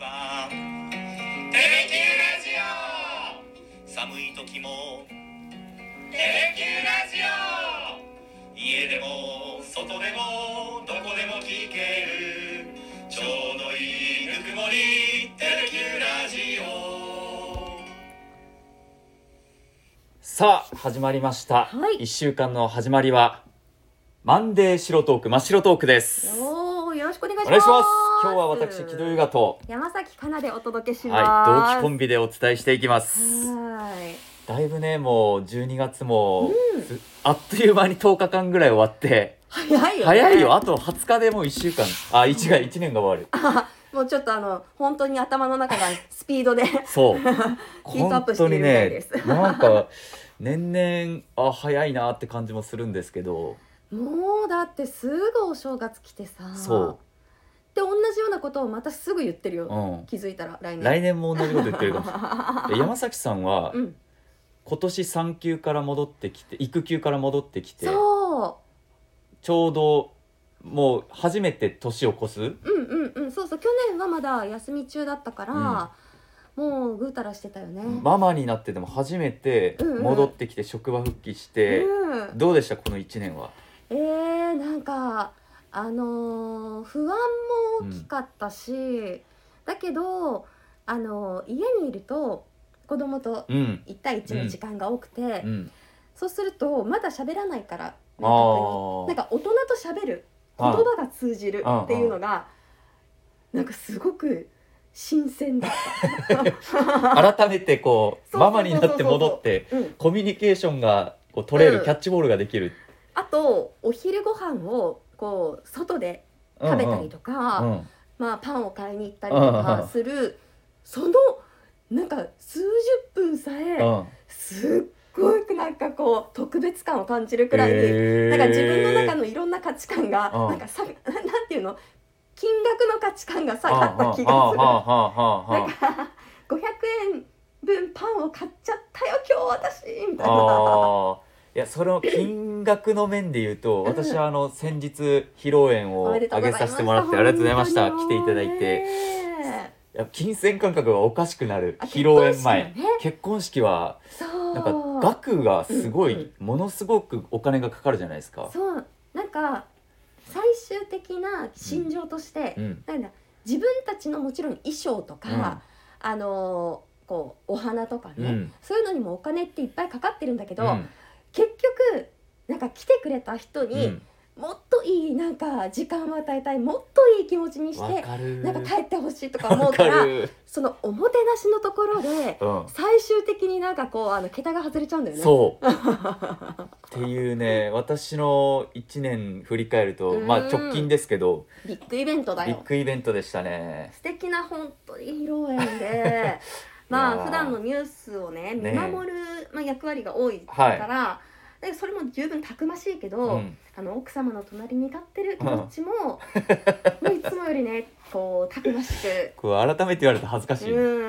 はテレキューラジオ寒い時もテレキューラジオ家でも外でもどこでも聞けるちょうどいいぬくもりテレキューラジオさあ始まりました、はい1週間の始まりはマンデー白トーク真っ白トークですおおーよろしくお願いします願いします今日は私木戸優雅と山崎かなでお届けします、はい、同期コンビでお伝えしていきますはいだいぶねもう12月も、すあっという間に10日間ぐらい終わって早いよ、ね、早いよあと20日でもう1週間あ1が1年が終わるもうちょっとあの本当に頭の中がスピードでそう ヒートアップしているみたいです本当にねなんか年々あ早いなって感じもするんですけどもうだってすぐお正月来てさそで同じようなことをまたすぐ言ってるよ、う、うん、気づいたら来年来年も同じこと言ってるかもしれ ないで山崎さんはうん今年産休から戻ってきて育休から戻ってきてそちょうどもう初めて年を越すううんうんうんそうそう去年はまだ休み中だったから、もうぐうたらしてたよね、ママになってでも初めてうんうん戻ってきて職場復帰して、うんどうでしたこの1年はえー、なんかあのー不安も大きかったし、だけど、あのー家にいると子供とうん1対1の時間が多くて、うんそうするとまだ喋らないからあ明ー確になんか大人と喋る言あ葉が通じるっていうのがなんかすごく新鮮 だった。改めてこうそうそマうそうそうマになって戻ってうん、コミュニケーションがこう取れる、うんキャッチボールができる、あとお昼ご飯をこう外でうんう食んべたりとか。うんまあ、パンを買いに行ったりとかするそのなんか数十分さえうんすっごいなんかこう特別感を感じるくらいにえーなんか自分の中のいろんな価値観がうんなんかさななんていうの金額の価値観が下あがあった気ああがああああああする。500円分パンを買っちゃったよ今日私みたいな。ああいやその金額の面で言うとうん私はあの先日披露宴をおめでとう挙ごげざいますさせてもらってありがとうございました本来当てにいただいてねいや金銭感覚がおかしくなるあ披露宴前結婚式はね結婚式はそうなんか額がすごい、うんものすごくお金がかかるじゃないですか。そうなんか最終的な心情として、うんなんだ自分たちのもちろん衣装とか、あのーこうお花とかね、うんそういうのにもお金っていっぱいかかってるんだけど、うん結局なんか来てくれた人うに、んもっといいなんか時間を与えたいもっといい気持ちにしわてかるなんか帰ってほしいとか思わうかからるそのおもてなしのところでうん最終的になんかこうあの桁が外れちゃうんだよね。そうっていうね私の1年振り返ると、まあ、うん直近ですけどビッグイベントだビよッグイベントでしたね。素敵な本当に披露宴でいや まーあ普段のニュースをね見ね守る、まあ、役割が多いかはいら、でそれも十分たくましいけど、うんあの奥様の隣に立ってる気持 ちも、もういつもよりねこうたくまし く。こう改めて言われると恥ずかうしい、 ん、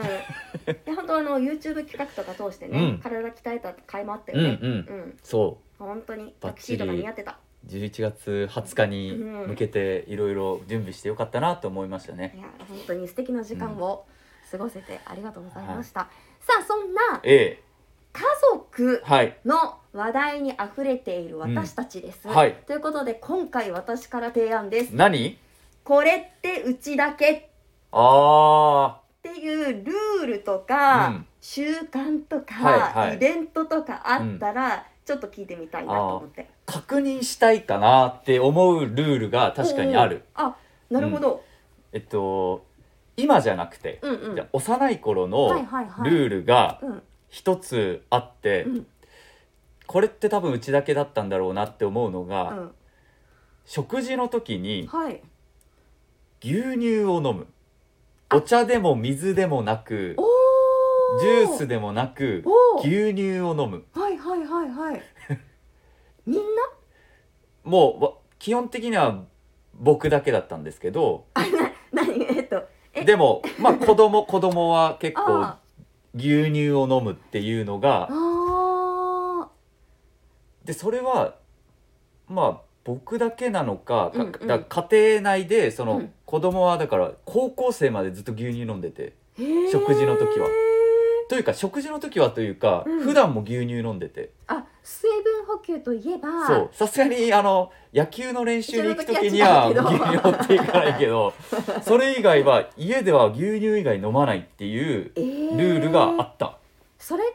で本当あの YouTube 企画とか通してね、うん体鍛えた甲斐もあったうよんうね、んうんそ本当にバタックチリシーとか似合ってたう11月20日に向けていろいろ準備してよかったなと思いましたね、いや本当に素敵な時間を過ごせてありがとうございました、さあそんなえ家族えはいの話題に溢れている私たちです、うんはいということで今回私から提案です何これってうちだけあっていうルールとあか、うん習慣とか、はいはいイベントとかあったら、ちょっと聞いてみたいなと思って確認したいかなって思うルールが確かにあるおうおうあなるほど、えっと今じゃなくて、うん、うんじゃあ幼い頃はいのはいはいルールがうん一つあって、うんこれって多分うちだけだったんだろうなって思うのが、うん食事の時にはい牛乳を飲むお茶でも水でもなくおジュースでもなくおー牛乳を飲むはいはいはいはい みんなもうわ基本的には僕だけだったんですけど何えっとえでもまあ子 供子供は結構あ牛乳を飲むっていうのあがあでそれはまあ僕だけなのかかうんうんだから家庭内でその、うん子供はだから高校生までずっと牛乳飲んでてへー食事の時はというか食事の時はというか、うん普段も牛乳飲んでてあ水分補給といえばそうさすがにあの野球の練習に行く時には一緒の時は違うけど牛乳持っていかないけどそれ以外は家では牛乳以外飲まないっていうえールールがあった、それっ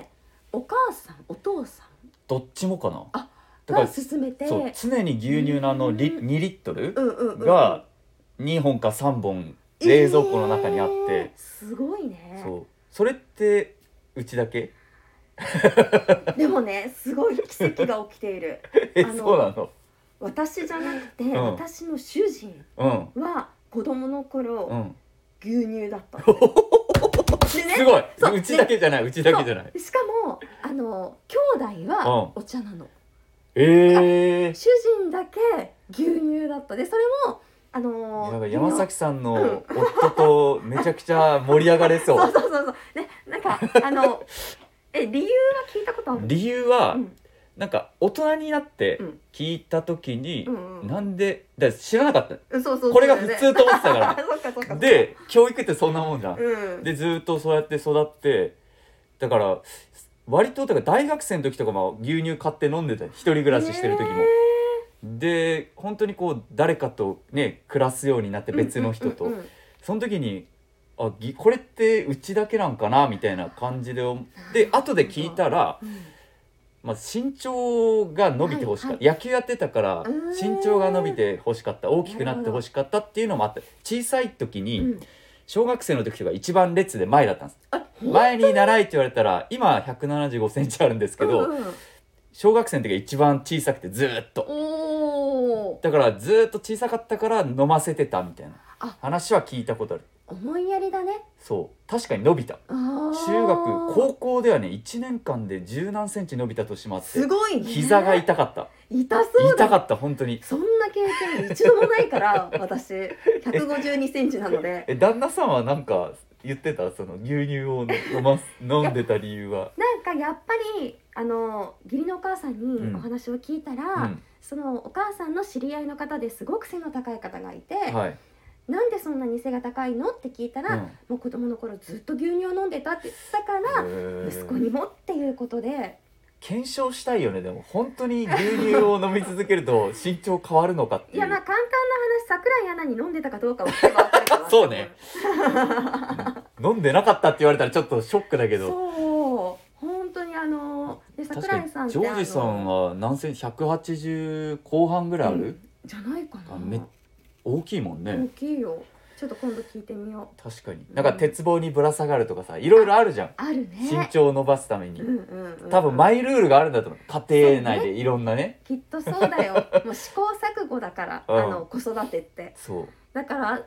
てお母さんお父さどっちもかなあんだかがら勧めてそう常に牛乳のあのリう2リットルうんうんうんが2本か3本冷蔵庫の中にあって、えーすごいねそうそれってうちだけでもねすごい奇跡が起きている えあのそうなの私じゃなくて、ん私の主人うんは子供の頃、うん牛乳だ ったのでねすごいそううちだけじゃないうちだけじゃないしかもあの兄弟うんはお茶なの、ええ主人だけ牛乳だったでそれもあのーなんか山崎さんの夫とめちゃくちゃ盛り上がれそそううそうそうそうねなんか あのえ理由は聞いたことある理由はうんなんか大人になってうん聞いた時にうんうんなんでだから知らなかっうんそうそうそうたこれが普通と思ってたあか そっかそっからで教育ってそんなもんじゃんうんでずーっとそうやって育ってだから割とだから大学生の時とかも牛乳買って飲んでた一人暮らししてる時もね。で本当にこう誰かとね暮らすようになって別の人と、うんうんうんうんその時にあぎこれってうちだけなんかなみたいな感じで思で後で聞いたら、まあ、身長が伸びてほしかった、は野球やってたからうーん身長が伸びてほしかった大きくなってほしかったっていうのもあった小さい時に、うん小学生の時とか一番列で前だったんですあ前に習いって言われたら今1 7 5センチあるんですけど、うんうん小学生の時が一番小さくてずーっとおおだからずーっと小さかったから飲ませてたみたいなあ話は聞いたことある思いやりだねそう確かに伸びた中中学高校ではね1年間で十何センチ伸びた年もあってすごいね膝が痛かった痛そうだ痛かった本当にそんな経験一度もないから 私152センチなのでえ旦那さんはなんか言ってたその牛乳を飲ます飲んでた理由はなんかやっぱりあの義理のお母さんうんにお話を聞いたら、うんそのお母さんの知り合いの方ですごく背の高い方がいて、はい、なんでそんなに背が高いのって聞いたら、うんもう子供の頃ずっと牛乳を飲んでたって言ったかへら、ー息子にもっていうことで検証したいよねでも本当に牛乳を飲み続けると 身長変わるのかっていいうやまあ簡単な話桜井アナに飲んでたかどうかは聞けば分かるかなそうね飲んでなかったって言われたらちょっとショックだけどそう本当にあので確か桜井にさんってジョージさんあは何セン180後半ぐらいあのうるん、じゃないかなあめ大きいもんね、大きいよちょっと今度聞いてみよ確かになんか鉄棒にぶら下がるとかさいろいろあるじゃん、うある身ね長を伸ばすために、うんうんうん多分マイルールがあるんだと思う家庭内でいろんなねきっとそうだ よもう試行錯誤だから、うんあの子育てってそうだから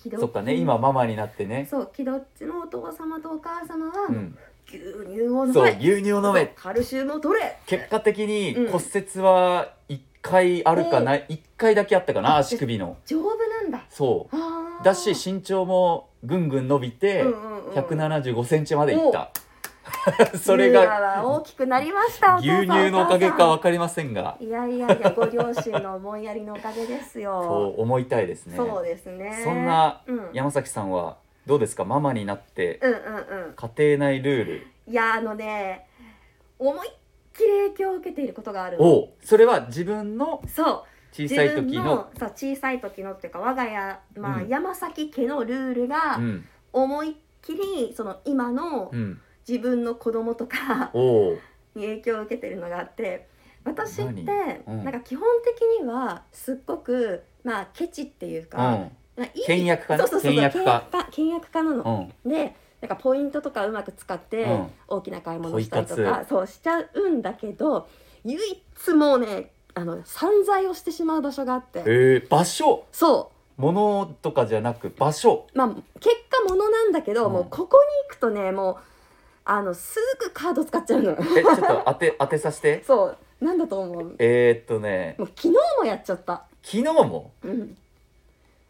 気取そっかね今ママになってねそう気どっちのお父様とお母様は、うん牛乳を飲そうめ牛乳を飲めカルシウムを取れ結果的にうん骨折は1回あるかない、1回だけあったかなあ足首の丈夫なんだそあうーだし身長もぐんぐん伸びて、うんうんうん1 7 5センチまでいった それユーがラは大きくなりましたお父さん牛乳のおかげかお分かりませんが母さんいやいやいやご両親の思いやりのおかげですよそう思いたいですねそうですねそんなうん、うんうん山崎さんはどうですかママになってうん家庭内ルールいやあのね思いっきり影響を受けていることがあるのをそれは自分のそう小さい時自分のそう小さい時のっていうか我が家、まあうん山崎家のルールがうん思いっきりその今のうん自分の子供とかおおに影響を受けてるのがあって私って何うんなんか基本的にはすっごくまあケチっていううか、んまあいい倹約家ねそうそうそう倹約家倹約倹約家なうの、んでなんかポイントとかうまく使ってうん大きな買い物したりとポイかそうしちゃうんだけど唯一もうねあの散財をしてしまう場所があってえー、場所そう物とかじゃなく場所まあ、結果ものなんだけど、うんもうここに行くとねもうあのすぐカード使っちゃうのえちょっと当て当 てさせて そうなんだと思うもうえー、っとね昨日もやっちゃった、昨日もうん、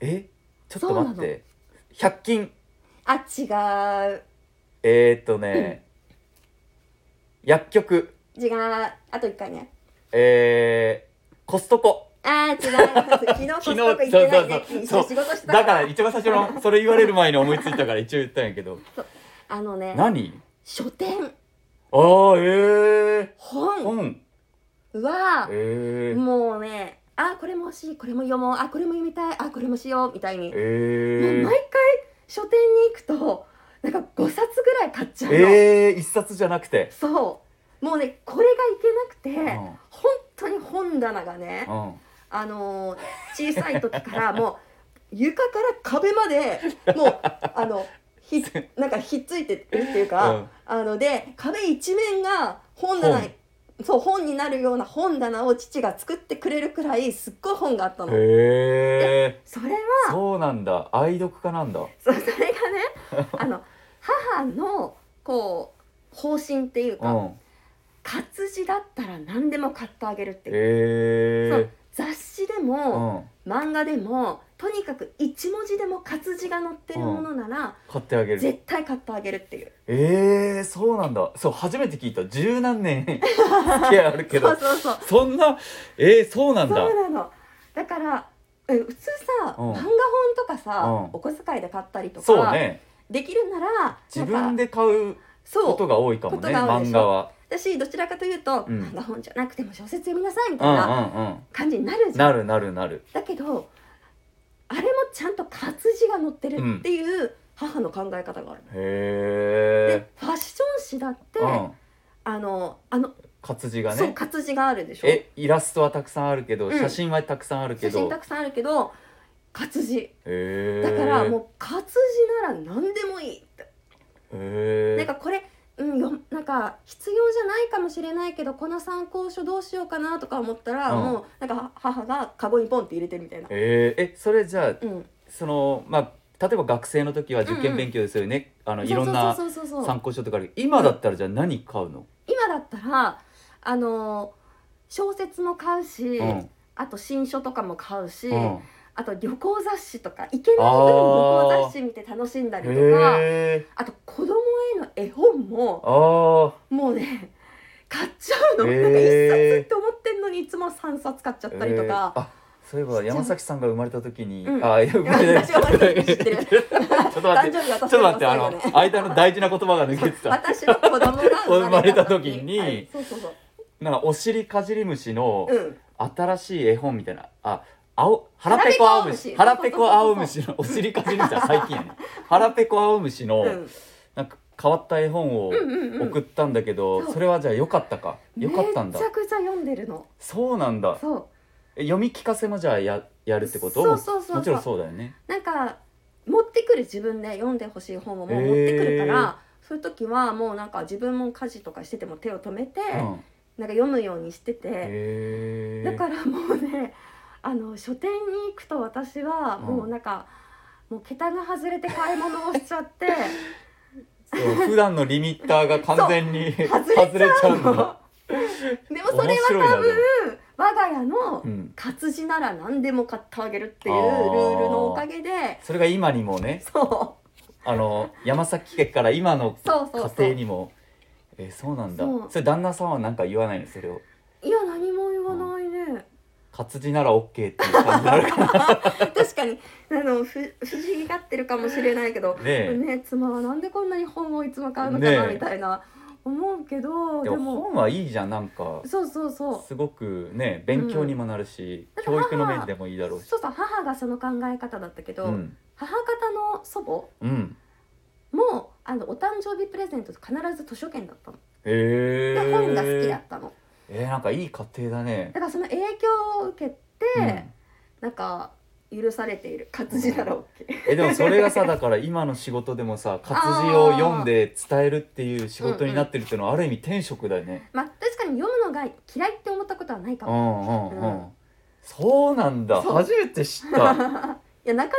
えちょっと待って100均あ違うえー、っとね、薬局違うあと一回ねえー、コストコあー違う 昨日コストコ行ってないね昨日一そうそうそう緒に仕事してただから一番最初のそれ言われる前に思いついたから一応言ったんや けどあのね何書店ああええ本本はええもうねあこれも欲しいこれも読もうあこれも読みたいあこれもしようみたいに、えもう毎回書店に行くとなんか5冊ぐらい買っちゃうの、ええ一冊じゃなくてそうもうねこれがいけなくて、うん本当に本棚がね、うんあのー小さい時からもう床から壁までもうあのひなんかひっついてるっていうか、うんあので壁一面が本棚本そう本になるような本棚を父が作ってくれるくらいすっごい本があったの。へえそれはそうなんだ愛読家なんだそうそれがねあの母のこう方針っていううか、ん活字だったら何でも買ってあげるっていう、へそうえ雑誌でうも、ん漫画でもとにかく一文字でも活字が載ってるものなら、買ってあげる絶対買ってあげるっていうええそうなんだそう初めて聞いた十何年付き合いあるけそうどそうそうそんなええそうなんそうだなのだからえ普通さ、うん漫画本とかさ、うんお小遣いで買ったりとかそうねできるなら自分でで買うこそとうが多いかもことねが多いでしょ漫画は私どちらかというと、うん漫画本じゃなくても小説読みなさいみうたいんなうんうん感じになるじゃん、なるなるなるだけどあれもちゃんと活字が載ってるっていう母の考え方がある、へでファッション誌だって、えうんあのあの活字がそうね活字があるでしょえイラストはたくさんあるけどうん写真はたくさんあるけ写ど真たくさんあるけど活字へえだからもう活字なら何でもいいって、へえなんかこれ、うん、よなんか必要じゃないかもしれないけどこの参考書どうしようかなとか思ったら、うんもうなんか母がカゴにポンって入れてるみたいな。えーえそれじゃあうん、そのまあ例えば学生の時は受験勉強ですよね、あのいろんなそうそうそうそうそう参考書とかある今だったらじゃあ何買うの、今だったらあの小説も買うし、うんあと新書とかも買うし、うん、あと旅行雑誌とか行けない分旅行雑誌見て楽しんだりとか。へえあと子供への絵本もあもうね買っちゃうの、へーなんか1冊って思ってんのにいつも3冊買っちゃっーたりとかえ、ーあそういえば山崎さんが生まれた時に、うんあいや生まれた私は生まれた時知ってる ちょっと待 誕って生日私ちょっと待ってあのの最後ね間の大事な言葉が抜けて た私の子供が生生ままれれたた時時にはいそうそうそうなんかお尻かじり虫のうん新しい絵本みたいなあ青腹ペコ青虫腹腹ペペココ青青虫虫のお尻かじり虫は最 近やね腹ペコ青虫の、うんなんか変わった絵本をうんうんうん送ったんだけど、そうそれはじゃあ良かったか良かったんだめちゃくちゃ読んでるのそうなんだそうえ読み聞かせもじゃあややるってことそうそうそうそうもちろんそうだよねなんか持ってくる自分で読んでほしい本をもう持ってくるから、へそういう時はもうなんか自分も家事とかしてても手を止めて、うんなんか読むようにしてて、へえだからもうね あの書店に行くと私はうんもうなんか、もう桁が外れて買い物をしちゃって そう普段のリミッターが完全 に外れちゃうの 外れちゃ でもそれは面白いな多分我が家のうん活字なら何でも買ってあげるっていうルあーールのおかげでそれが今にもねそうあの山崎家から今のそうそうそう家庭にもえーそうなんだそうそれ旦那さんは何か言わないのそれをいや何も言わないね活字なら OK っていう感じになるかな確かにあのふ不思議がってるかもしれないけどね えね妻はなんでこんなに本をいつも買うのかなねえみたいな思うけどででもも本はいいじゃんなんかそうそうそうすごくね勉強にもなるし、うん教育の面でもいいだろうしそうそう母がその考え方だったけど、うん母方の祖母うんもあのお誕生日プレゼント必ず図書券だったのへでえ本が好きだったのえー、なんかいい家庭だねだからその影響を受けて、うんなんか許されている活字だろうっけえでもそれがさだから今の仕事でも さ活字を読んで伝えるっていう仕事になってるっていうのはある意味天職だよねまあ確かに読むのが嫌いって思ったことはないかうも、んうんうん、うんそうなんだそう初めて知ったいやなかなか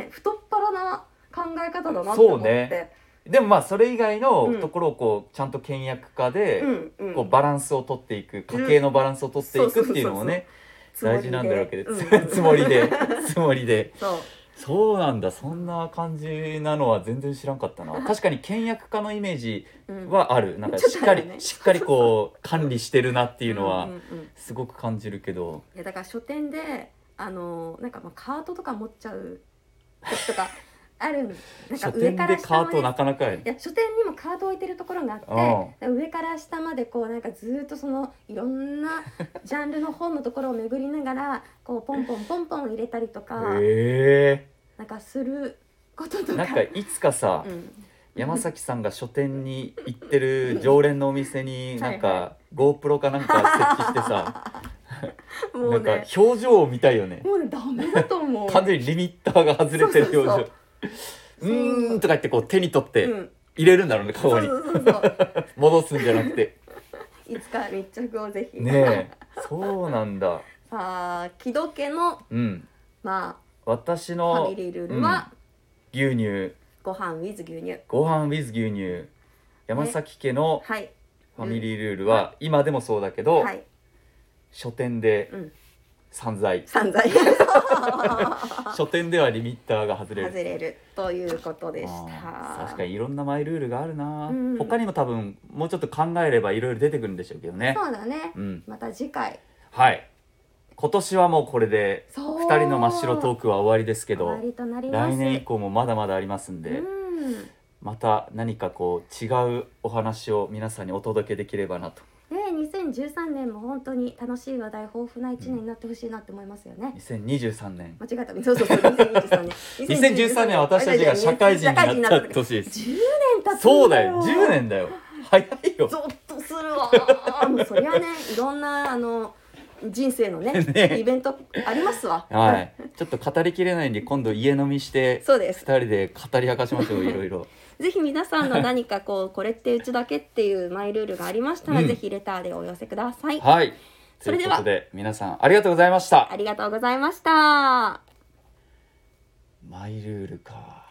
ね太っ腹な考え方だなってそ思っうてねでもまあそれ以外のところをこうちゃんと倹約家で、うんうんこうバランスを取っていく家計のバランスを取っていくっていうのもね、つもり 大事なんだろうけど、うんつもりでつもりでそうそうなんだそんな感じなのは全然知らんかったな確かに倹約家のイメージうんはあるなんかちょっしっとあかるり、ねしっかりこう管理してるなっていうのはんんうんいすごく感じるけどやだから書店であのーなんかまあカートとか持っちゃう時とか あるんなんか書上店かでらカ下ーまトでなかなかやいや書店にもカート置いてるところがあってうんだから上から下までこうなんかずーっとそのいろんなジャンルの本のところを巡りながらこうポンポンポンポン入れたりとかへなんかすることえとか。なんかいつかさ、うん山崎さんが書店に行ってる常連のお店になんはいか GoPro かなんか設置してさ、 もなうんかね表情を見たいよねもうねダメだと 思う完全にリミッターが外れてる表そう情うそうーんとか言ってこう手に取ってうん入れるんだろうねそ顔うにそうそうそう戻すんじゃなくていつか密着をぜひ、ねえそうなんださあ木戸家のうんま私あファのミリールールは、牛乳ご飯 with 牛乳ご飯 with 牛乳山崎家のはいファミリールールは今でもそうだけど、はい書店でうん散財散財書店ではリミッターが外れる外れるということでしあたー確かにいろんなマイルールがあるな、うん他にも多分もうちょっと考えればいろいろ出てくるんでしょうけどねそうだねうんまた次回はい今年はもうこれでそう2人の真っ白トークは終わりですけ終どわりとなります来年以降もまだまだありますんで、うんまた何かこう違うお話を皆さんにお届けできればなとね2013年も本当に楽しい話題豊富な一年になってほしいなって思いますよね、 2023年間違えたそうそうそう2013年2013年私たちが社会人になった年です10年経つんそうだよ10年だよ早いよゾッとするわもうそりゃねいろんなあの人生のね ねイベントありますわはいちょっと語りきれないんで今度家飲みしてそうです2人で語り明かしましょういろいろぜひ皆さんの何かこうこれってうちだけっていうマイルールがありましたら、うんぜひレターでお寄せくださ い、はいとそれいでうはことで皆さんありがとうございましたありがとうございましたマイルールか